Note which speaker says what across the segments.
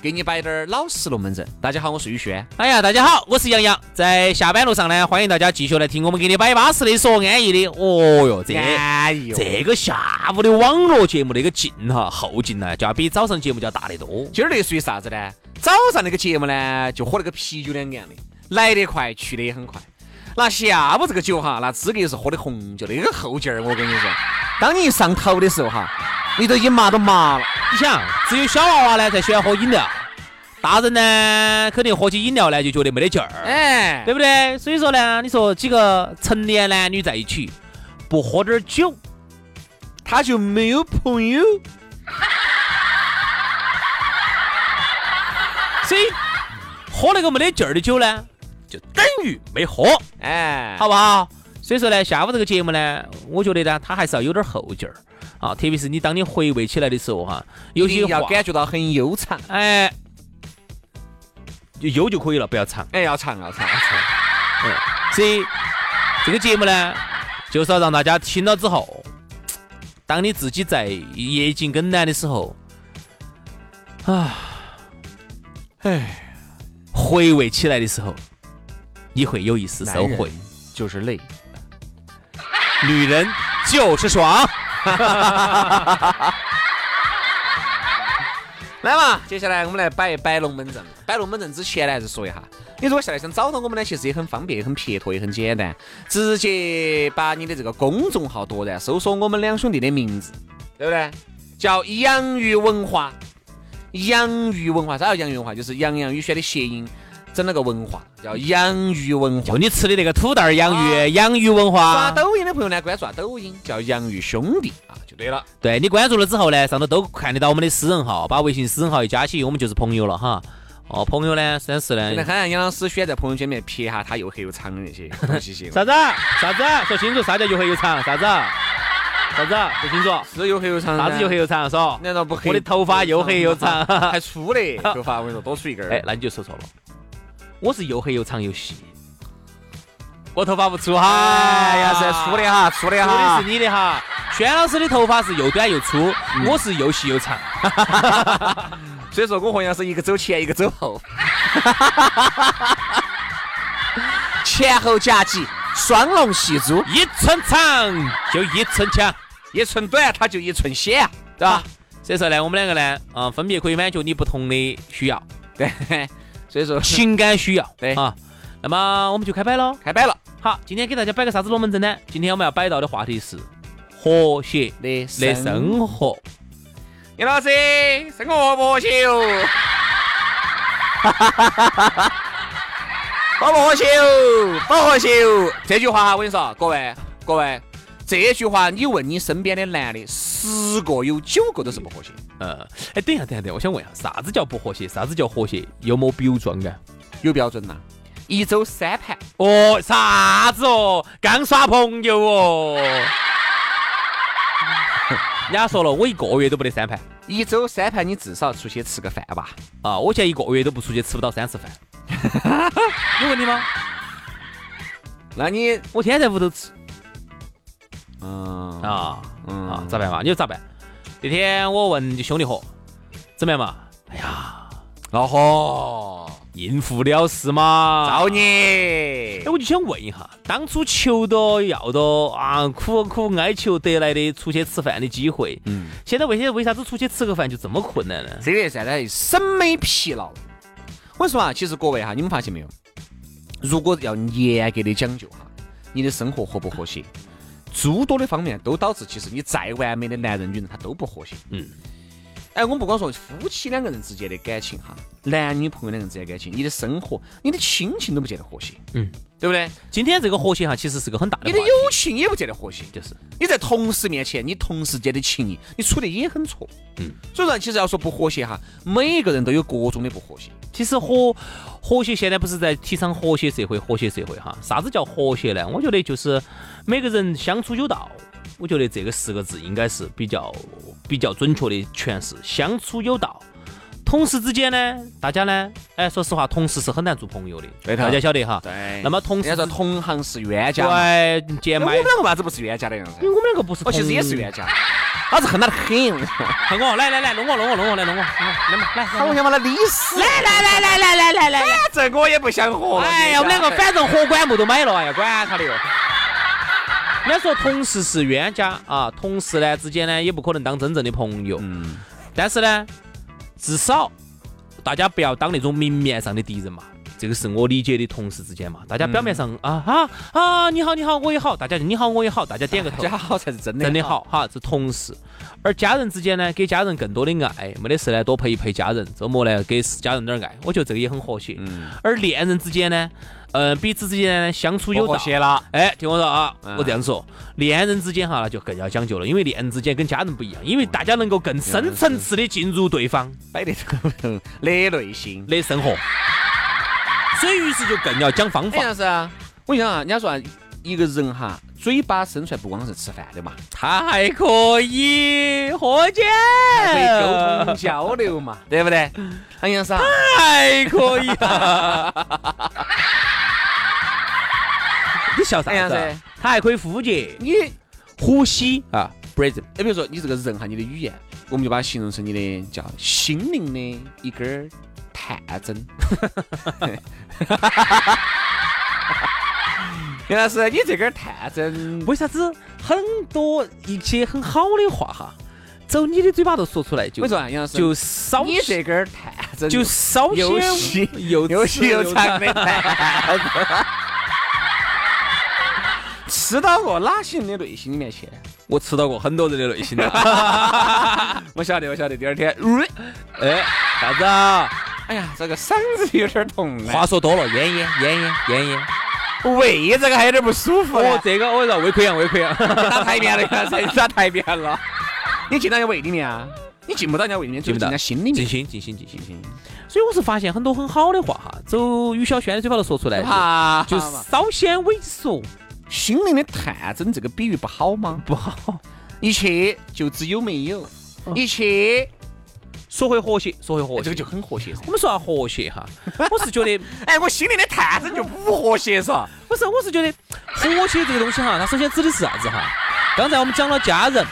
Speaker 1: 给你摆点儿老实龙门阵。大家好，我是宇轩。
Speaker 2: 哎呀，大家好，我是杨洋，在下班路上呢，欢迎大家继续来听我们给你摆巴适的、说安逸的。哦哟，这
Speaker 1: 安逸哦
Speaker 2: 这个下午的网络节目那个劲哈，后劲呢、就要比早上节目就要大得多。
Speaker 1: 今儿那属于啥子呢？早上那个节目呢，就和那个啤酒两个样的，来得快，去得也很快。那下午这个酒哈，那资格是喝的红酒，那个后劲儿，我跟你说，当你一上头的时候哈，你都已经麻都麻了。
Speaker 2: 你想，只有小娃娃呢才喜欢喝饮料，大人呢肯定喝起饮料呢就觉得没得劲儿，
Speaker 1: 哎，
Speaker 2: 对不对？所以说呢，你说几个成年男女在一起，不喝点儿酒，
Speaker 1: 他就没有朋友。
Speaker 2: 所以喝那个没得劲儿的酒呢，就等于没喝。
Speaker 1: 哎，
Speaker 2: 好，不好？所以说呢，下午这个节目呢，我觉得呢，它还是要有点后劲儿啊，特别是你当你回味起来的时候哈，有
Speaker 1: 有
Speaker 2: 些
Speaker 1: 些
Speaker 2: 话
Speaker 1: 要，感觉到很悠长。
Speaker 2: 哎，就悠就可以了，不要长。
Speaker 1: 哎，要长要长要长。
Speaker 2: 所以这个节目呢，就是要让大家听了之后，当你自己在夜静更难的时候，啊，
Speaker 1: 哎，
Speaker 2: 回味起来的时候，你会有一丝
Speaker 1: 男
Speaker 2: 收
Speaker 1: 人
Speaker 2: 获。
Speaker 1: 就是累。
Speaker 2: 女人就是爽。
Speaker 1: 来嘛，接下来我们来摆一摆龙门阵。摆龙门阵之前呢，还是说一下，你如果下来想找到我们呢，其实也很方便，也很撇脱，也很简单，直接把你的这个公众号夺然搜索我们两兄弟的名字，对不对？叫洋芋文化，洋芋文化，啥叫洋芋文化？就是洋洋与轩的谐音，整了个文化，叫洋芋文化
Speaker 2: 就。你吃的那个土豆儿洋
Speaker 1: 啊
Speaker 2: 芋，洋芋文化
Speaker 1: 刷。抖音的朋友呢，关注下抖音，叫洋芋兄弟啊，就对了。
Speaker 2: 对你关注了之后呢，上头都看得到我们的私人号，把微信私人号一加起，我们就是朋友了哈。哦，朋友呢，虽然是
Speaker 1: 现在
Speaker 2: 呢，。
Speaker 1: 看看杨老师选在朋友圈里面撇哈他又黑又长的那 些东西些
Speaker 2: 啥子啥子，说清楚，啥叫又黑又长？啥子啥子说清楚？
Speaker 1: 是又黑又长，啊
Speaker 2: 啥子又黑？又长？说，
Speaker 1: 难道不黑？
Speaker 2: 我的头发又黑又长。
Speaker 1: 还粗嘞， 头发我跟你说多出一根 儿。
Speaker 2: 哎，那你就说错了，我是又黑又长又细，我头发不粗哈。
Speaker 1: 哎呀，是粗的哈，粗的
Speaker 2: 啊说的
Speaker 1: 哈
Speaker 2: 是。你的哈。轩老师的头发是又短又粗，
Speaker 1: 嗯
Speaker 2: 我是又细又长。
Speaker 1: 所以说我和杨老师一个走前，一个走后，前后夹击，双龙戏珠，
Speaker 2: 一寸长就一寸强。
Speaker 1: 一寸短它就一寸险，对吧？
Speaker 2: 所以说呢，我们两个呢，嗯、分别可以满足你不同的需 要，
Speaker 1: 对，所以说
Speaker 2: 情感需要，
Speaker 1: 对
Speaker 2: 啊。那么我们就开摆喽。
Speaker 1: 开摆了
Speaker 2: 好，今天给大家摆个啥子龙门阵呢？今天我们要摆到的话题是和谐
Speaker 1: 的
Speaker 2: 的生活。
Speaker 1: 杨老师，生活不和 谐哦，不和谐哦，不和谐哦。这句话我跟你说，各位各位，这句话你问你身边的男的，十个有九个都是不和谐。
Speaker 2: 嗯，哎，等一下，等一下，等一下，我想问一下，啥子叫不和谐？啥子叫和谐？有没有标准啊？
Speaker 1: 有标准呐，一周三盘，
Speaker 2: 哦，啥子哦？刚耍朋友哦。 人家说了，我一个月都不得三盘
Speaker 1: 一周三盘，你至少出去吃个饭吧。
Speaker 2: 啊！我现在一个月都不出去吃不到三次饭，有问题吗？
Speaker 1: 那你，
Speaker 2: 我天天在屋头吃
Speaker 1: 嗯
Speaker 2: 啊
Speaker 1: 嗯
Speaker 2: 啊，咋办嘛？你说咋办？那天我问兄弟伙怎么样嘛？哎呀，
Speaker 1: 哦豁，
Speaker 2: 应付了事嘛。
Speaker 1: 造孽
Speaker 2: 哎，！我就想问一下，当初求到要到啊，苦苦哀求得来的出去吃饭的机会，
Speaker 1: 嗯，
Speaker 2: 现在为些为啥子出去吃个饭就这么困难呢？
Speaker 1: 这个算在审美疲劳。我跟你说啊，其实各位哈，你们发现没有？如果要严格的讲究哈，你的生活和不和谐，诸多的方面都导致其实你再完美的男人女人他都不和谐。
Speaker 2: 嗯，
Speaker 1: 哎，我们不光说夫妻两个人之间的感情哈，男女朋友两个人之间的感情，你的生活、你的亲情都不见得和谐，
Speaker 2: 嗯，
Speaker 1: 对不对？
Speaker 2: 今天这个和谐哈，其实是个很大的
Speaker 1: 你
Speaker 2: 话
Speaker 1: 的
Speaker 2: 题，
Speaker 1: 友情也不见得和谐，
Speaker 2: 就是
Speaker 1: 你在同事面前，你同事间的情谊，你处得也很错。嗯，所以说，其实要说不和谐哈，每个人都有各种的不和谐。
Speaker 2: 其实和和谐现在不是在提倡和谐社会，和谐社会哈，啥子叫和谐呢？我觉得就是每个人相处有道，我觉得这个四个字应该是比较比较准确的诠释，相处有道。同事之间呢，大家呢，哎，说实话，同事是很难做朋友的，
Speaker 1: 对头
Speaker 2: 大家晓得哈。
Speaker 1: 对
Speaker 2: 那么同事
Speaker 1: 人家说同行是冤家嘛，
Speaker 2: 对见
Speaker 1: 那我
Speaker 2: 麦
Speaker 1: 们，两个为啥子不是冤家的样子
Speaker 2: 因？为我们两个不是
Speaker 1: 我
Speaker 2: 同，
Speaker 1: 其实也是冤家，老子恨他的很，
Speaker 2: 看我，来来来，弄我弄我弄我来弄我，来嘛来，
Speaker 1: 好想把他理死。
Speaker 2: 来来来来来来来来来。
Speaker 1: 这我也不想活了。
Speaker 2: 哎呀，我们两个反正火管木都买了，哎呀，管 他的哟。人家说同事是冤家啊，同事呢之间呢也不可能当真正的朋友，
Speaker 1: 嗯，
Speaker 2: 但是呢，至少大家不要当那种明面上的敌人嘛。这个是我理解的同事之间嘛，大家表面上、啊啊啊，你好你好我也好，大家就你好我也好，大家点个头，
Speaker 1: 家好才是真的，
Speaker 2: 真的。好哈，是同事。而家人之间呢，给家人更多的爱，没得事呢多陪一陪家人，周末呢给家人点儿爱，我觉得这个也很和谐。
Speaker 1: 嗯，
Speaker 2: 而恋人之间呢，呃，彼此之间呢相处有道。
Speaker 1: 了。
Speaker 2: 哎，听我说啊，
Speaker 1: 嗯
Speaker 2: 我这样说，恋人之间哈，那就更要讲究了，因为恋人之间跟家人不一样，因为大家能够更深
Speaker 1: 嗯
Speaker 2: 层次的进入对方
Speaker 1: 摆得头疼的内心。
Speaker 2: 的生活，所以于是就更要讲方
Speaker 1: 哎，
Speaker 2: 法。
Speaker 1: 样是啊，我想啊，人家说啊一个人哈，嘴巴生出来不光是吃饭的嘛，
Speaker 2: 他还可以和解，
Speaker 1: 可以沟通交流嘛， 对不对？哎呀是啊，
Speaker 2: 还哎可以啊。你笑啥
Speaker 1: 哎呀
Speaker 2: 子
Speaker 1: 噻
Speaker 2: 啊？他还可以呼吸，
Speaker 1: 你哎，
Speaker 2: 呼吸啊，breathing。
Speaker 1: 比如说你这个人哈，你的语言，我们就把它形容成你的叫心灵的一根儿探针。 原来是你这根儿探针
Speaker 2: 为啥子很多一些很好的话哈，走你的嘴巴头说出来就
Speaker 1: 我说啊，杨老师，
Speaker 2: 就少
Speaker 1: 你这根儿探针
Speaker 2: 就少些
Speaker 1: 又细
Speaker 2: 又
Speaker 1: 又
Speaker 2: 刺
Speaker 1: 细又长 的探针，吃到过哪些人的内心里面去？
Speaker 2: 我吃到过很多人的内心 的。
Speaker 1: 我晓得，我晓得。第二天，呃
Speaker 2: 哎，啥子啊？
Speaker 1: 哎呀，这个嗓子有点痛
Speaker 2: 话
Speaker 1: 了，
Speaker 2: 说多了，咽咽咽咽咽咽。
Speaker 1: 胃这个还有点不舒服
Speaker 2: 哦
Speaker 1: 哦，，
Speaker 2: 这个我跟你说胃溃疡，胃溃 疡。
Speaker 1: 打台面了，杨老师，打台面了。 你进到人家胃里面啊？你进不到人家胃里面，
Speaker 2: 进不到
Speaker 1: 人家心里
Speaker 2: 静
Speaker 1: 面。
Speaker 2: 心，静心，静心。所以我是发现很多很好的话哈，走于小轩的嘴巴头说出来就
Speaker 1: 怕
Speaker 2: 就
Speaker 1: 嘛
Speaker 2: 稍显猥琐，
Speaker 1: 心灵的探针这个比喻不好哦吗？
Speaker 2: 不好。
Speaker 1: 一切就只有没有，一切哦
Speaker 2: 说回和谐，说回和谐，
Speaker 1: 这个就很和谐噻。
Speaker 2: 我们说下和谐哈，我是觉得。
Speaker 1: 哎，我心灵的探针就不和谐噻。
Speaker 2: 不是，我是觉得和谐这个东西哈，它首先指的是啥子哈？刚才我们讲了家人，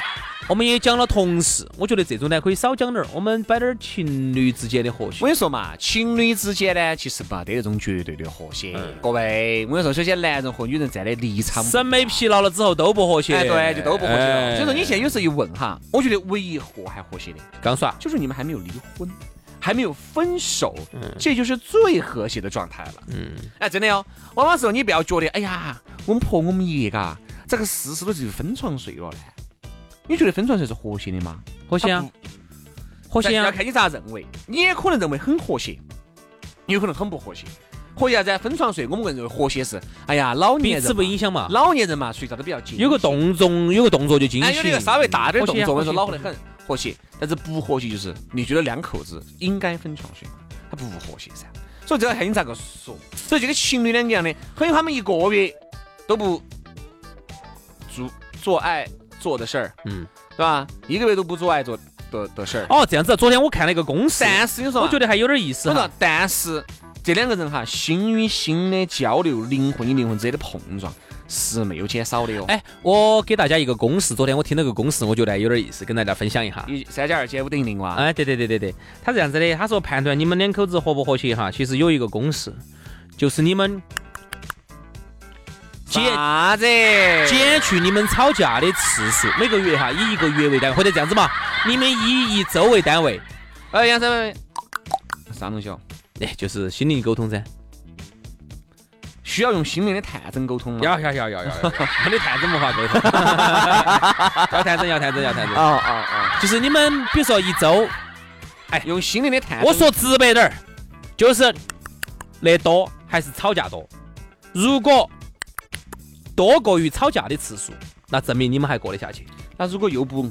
Speaker 2: 我们也讲了同事，我觉得这种呢可以少讲点儿，我们摆点儿情侣之间的和
Speaker 1: 我
Speaker 2: 谐。
Speaker 1: 跟你说嘛，情侣之间呢，其实没得那种绝对的和谐。各位，我跟你说，首先男人和女人站的立场不一样
Speaker 2: 审美疲劳了之后都不和谐，
Speaker 1: 哎，对，就都不和谐了。
Speaker 2: 哎
Speaker 1: 所以说，你现在有时候一问哈，我觉得唯一和还和谐的，
Speaker 2: 刚耍，
Speaker 1: 就是你们还没有离婚，还没有分手，
Speaker 2: 嗯
Speaker 1: 这就是最和谐的状态了。嗯，哎，真的哟，往往时候你不要觉得，哎呀，我们婆我们爷嘎，这个事实都是分床睡了呢。你觉得分床睡是和谐的吗？
Speaker 2: 和谐
Speaker 1: 它
Speaker 2: 啊
Speaker 1: 不，
Speaker 2: 和谐
Speaker 1: 要
Speaker 2: 啊，
Speaker 1: 看你咋认为，你也可能认为很和谐，你有可能很不和谐。和谐啥子啊？分床睡，我们个人认为和谐是，哎呀，老年
Speaker 2: 彼
Speaker 1: 人
Speaker 2: 此不
Speaker 1: 嘛
Speaker 2: 影响嘛。
Speaker 1: 老年人嘛，睡觉都比较精，
Speaker 2: 有个，动作，有个动作就惊
Speaker 1: 哎，有那
Speaker 2: 喜
Speaker 1: 个。稍微大点的动作，我
Speaker 2: 和
Speaker 1: 跟
Speaker 2: 谐啊
Speaker 1: 你说恼火得很，和谐。但是不和谐就是，你觉得两口子应该分床睡嘛，他不和谐噻。所以这个看你咋个说。所以这个情侣两个样的，很有他们一个月都不做做爱做的事儿，
Speaker 2: 嗯，
Speaker 1: 对吧？一个月都不做爱做的的事儿。
Speaker 2: 哦，这样子啊。昨天我看了一个公式，
Speaker 1: 但是你说嘛，啊
Speaker 2: 我觉得还有点意思
Speaker 1: 我
Speaker 2: 哈
Speaker 1: 说。，但是这两个人哈，心与心的交流，灵魂与灵魂之间的碰撞是没有减少的哦哟。
Speaker 2: 哎，我给大家一个公式，昨天我听了个公式，我觉得还有点意思，跟大家分享一下。
Speaker 1: 一三加二减五等于零哇！
Speaker 2: 哎，对对对对对，他是这样子的，他说判断你们两口子和不和谐哈，其实有一个公式，就是你们减
Speaker 1: 啥子？
Speaker 2: 减去你们吵架的次数，每个月哈以一个月为单位，或者这样子嘛，你们以一周为单位，
Speaker 1: 哎，杨三，啥东西哦？
Speaker 2: 哎，就是心灵沟通噻。
Speaker 1: 需要用心灵的探针沟通吗？
Speaker 2: 要要要要要， 没得谈子没法沟通， 要谈子要谈子要谈子，
Speaker 1: 哦哦
Speaker 2: 就是你们比如说一周哎
Speaker 1: 用心灵的探讨。
Speaker 2: 我说直白点儿，就是那多还是吵架多。如果多过于吵架的次数，那证明你们还过得下去。
Speaker 1: 那如果又不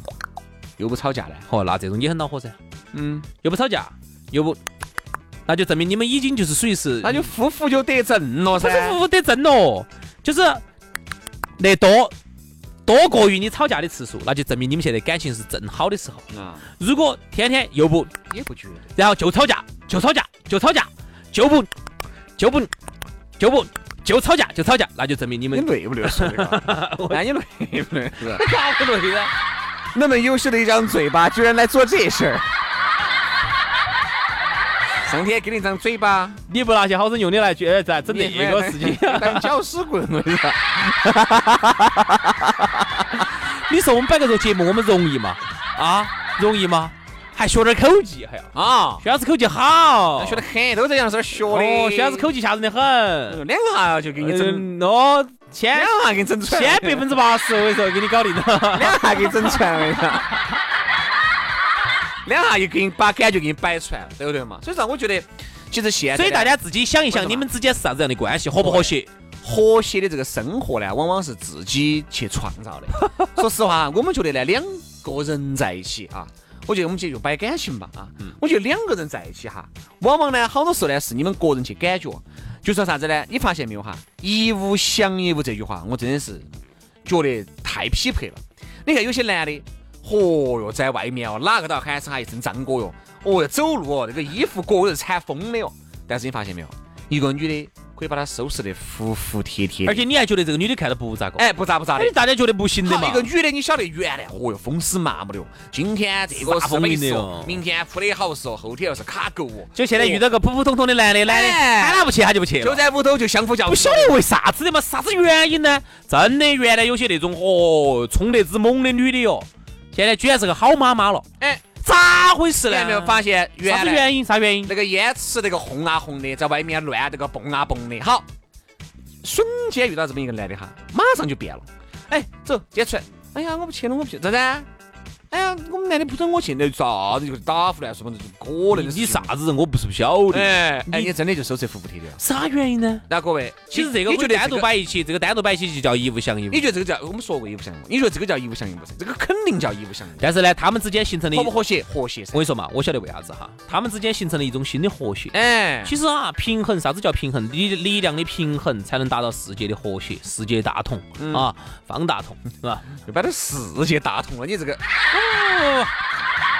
Speaker 1: 又不吵架呢？
Speaker 2: 哦，那这种也很恼火噻，
Speaker 1: 嗯，
Speaker 2: 又不吵架，又不，那就证明你们已经就是哎属于是，
Speaker 1: 那就夫妇就得正了
Speaker 2: 不是
Speaker 1: 噻。
Speaker 2: 服务得正咯，就是那多多过于你吵架的次数，那就证明你们现在感情是正好的时候。
Speaker 1: 啊，
Speaker 2: 如果天天又不，
Speaker 1: 也不觉得。
Speaker 2: 然后就吵架，就吵架，就吵架，就不，就不，就不，就吵架，就吵架，那就证明你
Speaker 1: 你
Speaker 2: 们
Speaker 1: 累不累？说 的话，那哎你累不累？ 是吧
Speaker 2: 咋不对呢？
Speaker 1: 那么优秀的一张嘴巴，居然来做这事儿。 上天给你一张嘴巴，
Speaker 2: 你不拿些好生用的来，觉得在整
Speaker 1: 你，
Speaker 2: 这个事情
Speaker 1: 当搅屎棍，我跟你说。
Speaker 2: 你说我们摆个这个节目，我们容易吗？啊，容易吗？还学点口技，还要
Speaker 1: 啊，
Speaker 2: 轩老师口技好，
Speaker 1: 学得很，都在杨老师学的。
Speaker 2: 哦，轩老师口技吓人的很。
Speaker 1: 两个啊就给你整，
Speaker 2: 嗯，哦，千
Speaker 1: 两个啊给你整出来，
Speaker 2: 千百分之八十，我跟你说，给你搞定了。
Speaker 1: 两下给整出来 了呀，两下就给你把感觉给你摆出来了，对不对嘛？所以说，我觉得其实现在，
Speaker 2: 所以大家自己想一
Speaker 1: 为什
Speaker 2: 想，
Speaker 1: 么
Speaker 2: 你们之间是啥子样的关系，和不和谐？
Speaker 1: 和谐的这个生活呢，往往是自己去创造的。 说实话，我们觉得呢，两个人在一起啊。我觉得我们今天就摆感情吧啊，我觉得两个人在一起哈，往往呢好多时候呢是你们个人去感觉，就说啥子呢？你发现没有哈？一物降一物这句话，我真的是觉得太匹配了。你看有些男的，嚯哟，在外面哦，哪个都要喊声他一声张哥哟，哦哟，走路哦，这个衣服裹得馋疯的哟。但是你发现没有，一个女的可以把她收拾得服服帖帖的，
Speaker 2: 而且你还觉得这个女的看着不咋个，
Speaker 1: 哎不咋不咋的
Speaker 2: 哎，。大家觉得不行的
Speaker 1: 好
Speaker 2: 嘛
Speaker 1: 一？个女的，你晓得原来，哦哟，风湿麻木的哦，今天这个
Speaker 2: 煞
Speaker 1: 是
Speaker 2: 风
Speaker 1: 美
Speaker 2: 云的
Speaker 1: 食
Speaker 2: 哟
Speaker 1: 哦，明天铺的好是哦，后天又是卡狗哦，
Speaker 2: 就现在遇
Speaker 1: 哦
Speaker 2: 到个普普通通的男的，男的
Speaker 1: 哎
Speaker 2: 喊他不去，他就不去了。
Speaker 1: 就在屋头就相夫教
Speaker 2: 不
Speaker 1: 子
Speaker 2: 晓，得为啥子的嘛，啥子原因呢？真的，原来有些那种哦，冲得之猛的女的哟，现在居然是个好妈妈了，
Speaker 1: 哎，
Speaker 2: 咋回事
Speaker 1: 你
Speaker 2: 呢？
Speaker 1: 有没有发现
Speaker 2: 啥
Speaker 1: 原
Speaker 2: 子
Speaker 1: 来
Speaker 2: 原因？啥原因？
Speaker 1: 那个烟吃那个红啊红的，在外面乱这个蹦啊蹦的，好，瞬间遇到这么一个男的哈，马上就变了。哎，走，接出来。哎呀，我不去了，我不去，咋子啊？哎呀，我们男的不准我去，那啥子就是打胡乱说嘛，这就可
Speaker 2: 你
Speaker 1: 能的事情
Speaker 2: 你啥？子人？我不是不晓得。
Speaker 1: 哎哎，
Speaker 2: 你
Speaker 1: 你真的就收拾服不贴的了。
Speaker 2: 啥原因呢？
Speaker 1: 那各位，
Speaker 2: 其实这个
Speaker 1: 你
Speaker 2: 我觉得
Speaker 1: 觉得这
Speaker 2: 单独
Speaker 1: 个？
Speaker 2: 摆一起，这个单独摆一起就叫一物降一物
Speaker 1: 你。觉得这个叫我们说过一物降一物？你觉得这个叫一物降一物噻？这个肯定叫一物降一
Speaker 2: 但是呢，他们之间形成的，
Speaker 1: 物，和不
Speaker 2: 我
Speaker 1: 和谐？和谐噻。
Speaker 2: 跟你说嘛，我晓得为啥子哈，他们之间形成了一种新的和谐。
Speaker 1: 哎，
Speaker 2: 其实啊，平衡啥子叫平衡？力力量的平衡才能达到世界的和谐、世界大同、
Speaker 1: 嗯
Speaker 2: 啊，方大同是吧？
Speaker 1: 就把这世界打通了，你这个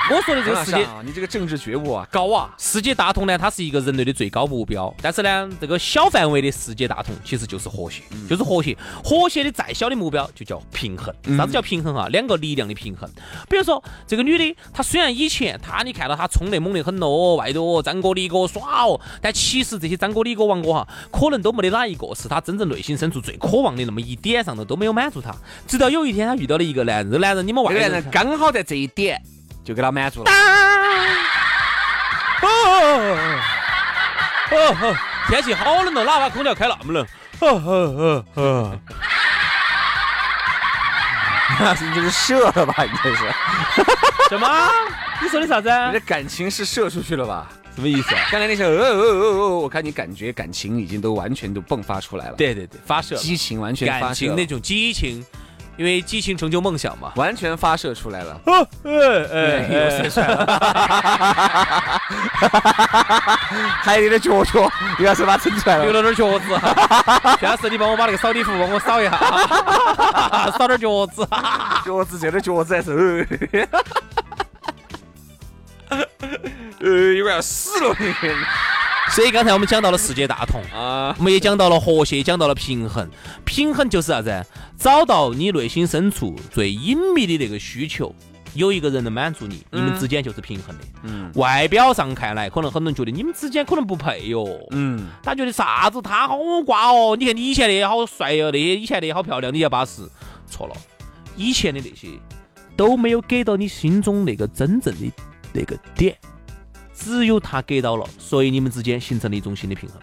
Speaker 2: 我说的这个世界
Speaker 1: 啊，你这个政治觉悟啊高啊！
Speaker 2: 世界大同呢，它是一个人类的最高目标，但是呢，这个小范围的世界大同其实就是和谐，
Speaker 1: 嗯
Speaker 2: 就是和谐。和谐的再小的目标就叫平衡。
Speaker 1: 嗯
Speaker 2: 啥子叫平衡啊？两个力量的平衡。比如说这个女的，她虽然以前她你看到她冲得猛得很哦，外头哦张哥李哥耍哦，但其实这些张哥李哥王哥哈，可能都没得哪一个是她真正内心深处最渴望的那么一点上头都没有满足她。直到有一天她遇到了一个男人，这男人你们外
Speaker 1: 这个
Speaker 2: 人
Speaker 1: 男人刚好在这一点就给他满足了。
Speaker 2: 哦哦哦，天气好冷了，哪怕空调开那么冷。哦哦哦哦，
Speaker 1: 你这是射了吧？你这是，
Speaker 2: 什么？你说的啥子？
Speaker 1: 你这感情是射出去了吧？
Speaker 2: 什么意思？
Speaker 1: 刚才那些哦哦哦哦哦，我看你感觉感情已经都完全都迸发出来了，，
Speaker 2: 对对对，发射了
Speaker 1: 激情完全
Speaker 2: 感
Speaker 1: 发射
Speaker 2: 情
Speaker 1: 了，
Speaker 2: 那种激情，因为激情成就梦想嘛。
Speaker 1: 完全发射出来了。
Speaker 2: 哦，哎
Speaker 1: 又射出来了，还有你的脚脚，又要是把它撑出来
Speaker 2: 流
Speaker 1: 了。
Speaker 2: 了点脚趾， 下次你帮我把那个扫地服帮我扫 一下，扫点脚趾。
Speaker 1: 脚趾这点脚趾还是， 呃，有点要死了你。
Speaker 2: 所以刚才我们讲到了世界大同，
Speaker 1: 啊，
Speaker 2: 我们也讲到了和谐，讲到了平衡。平衡就是啥子？找到你内心深处最隐秘的那个需求，有一个人能满足你，你们之间就是平衡的。
Speaker 1: 嗯
Speaker 2: 外表上看来，可能很多人觉得你们之间可能不配哟、
Speaker 1: 嗯，
Speaker 2: 他觉得啥子他好瓜哦，你看你以前的好帅哟、那些以前的好漂亮，你要巴适。错了，以前的那些都没有给到你心中那个真正的那个点，只有他给到了，所以你们之间形成了一种新的平衡。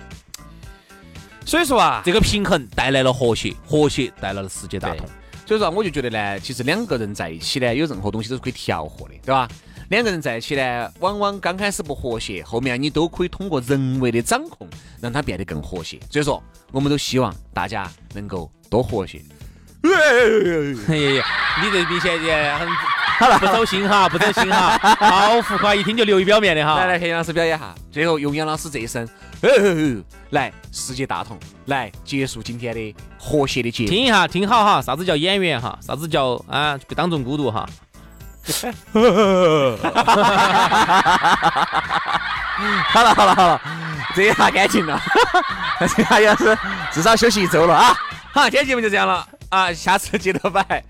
Speaker 1: 所以说啊，
Speaker 2: 这个平衡带来了和谐，和谐带来了世界大同。
Speaker 1: 啊所以说，我就觉得呢，其实两个人在一起呢，有任何东西都是可以调和的，对吧？两个人在一起呢，往往刚开始不和谐，后面你都可以通过人为的掌控，让它变得更和谐。所以说，我们都希望大家能够多和谐。
Speaker 2: 哎呀呀，你这明显也很不走心哈，不走心 哈，好浮夸，一听就流于表面的哈。
Speaker 1: 来来，向杨老师表演一下，最后用杨老师这一声，哎来世界大同，来结束今天的和谐的节目。
Speaker 2: 听一下，听好哈，啥子叫演员哈，啥子叫啊不当众孤独 哈。
Speaker 1: 好了好了好了，这一下干净了，这下要是至少休息一周了啊。好，今天节目就这样了啊，下次记得摆，哎，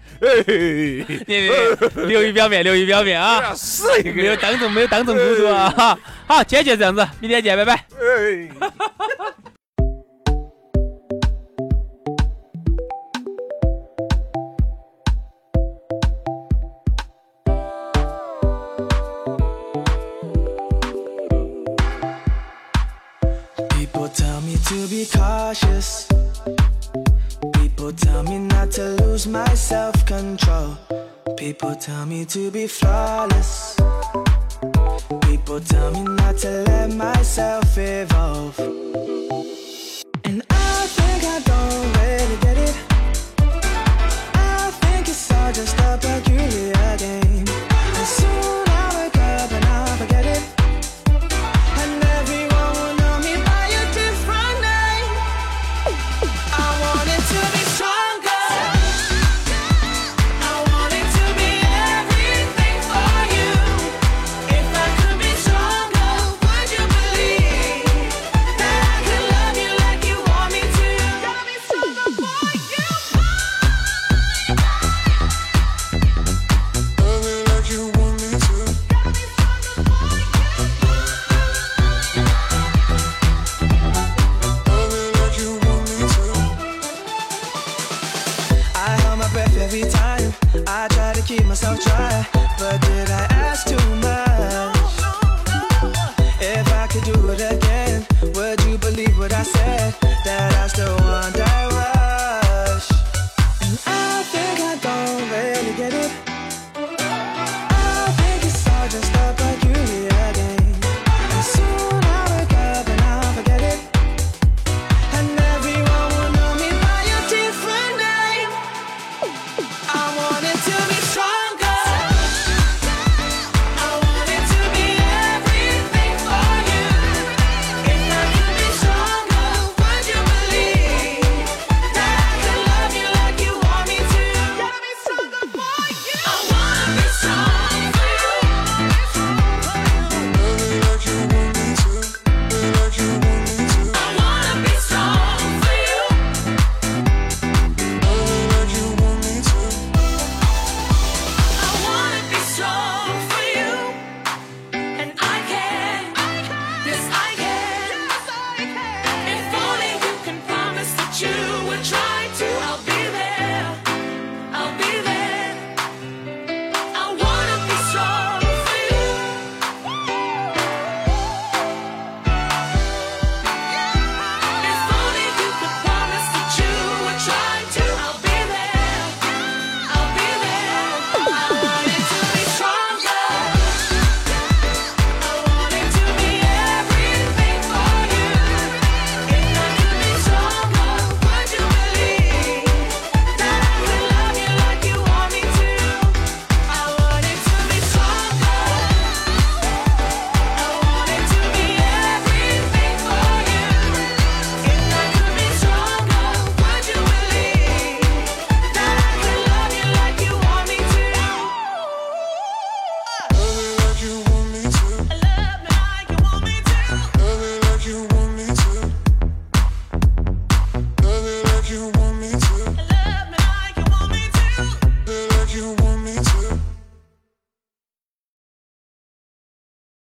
Speaker 2: 你 你流于表面，流于表面啊，
Speaker 1: 死哎一
Speaker 2: 没有当众没有当众孤独 啊。哈好，今天就这样子，明天见，拜拜。
Speaker 1: 哎。
Speaker 3: People tell me to be cautious. People tell me not to lose my self control. People tell me to be flawless. People tell me not to let myself evolve.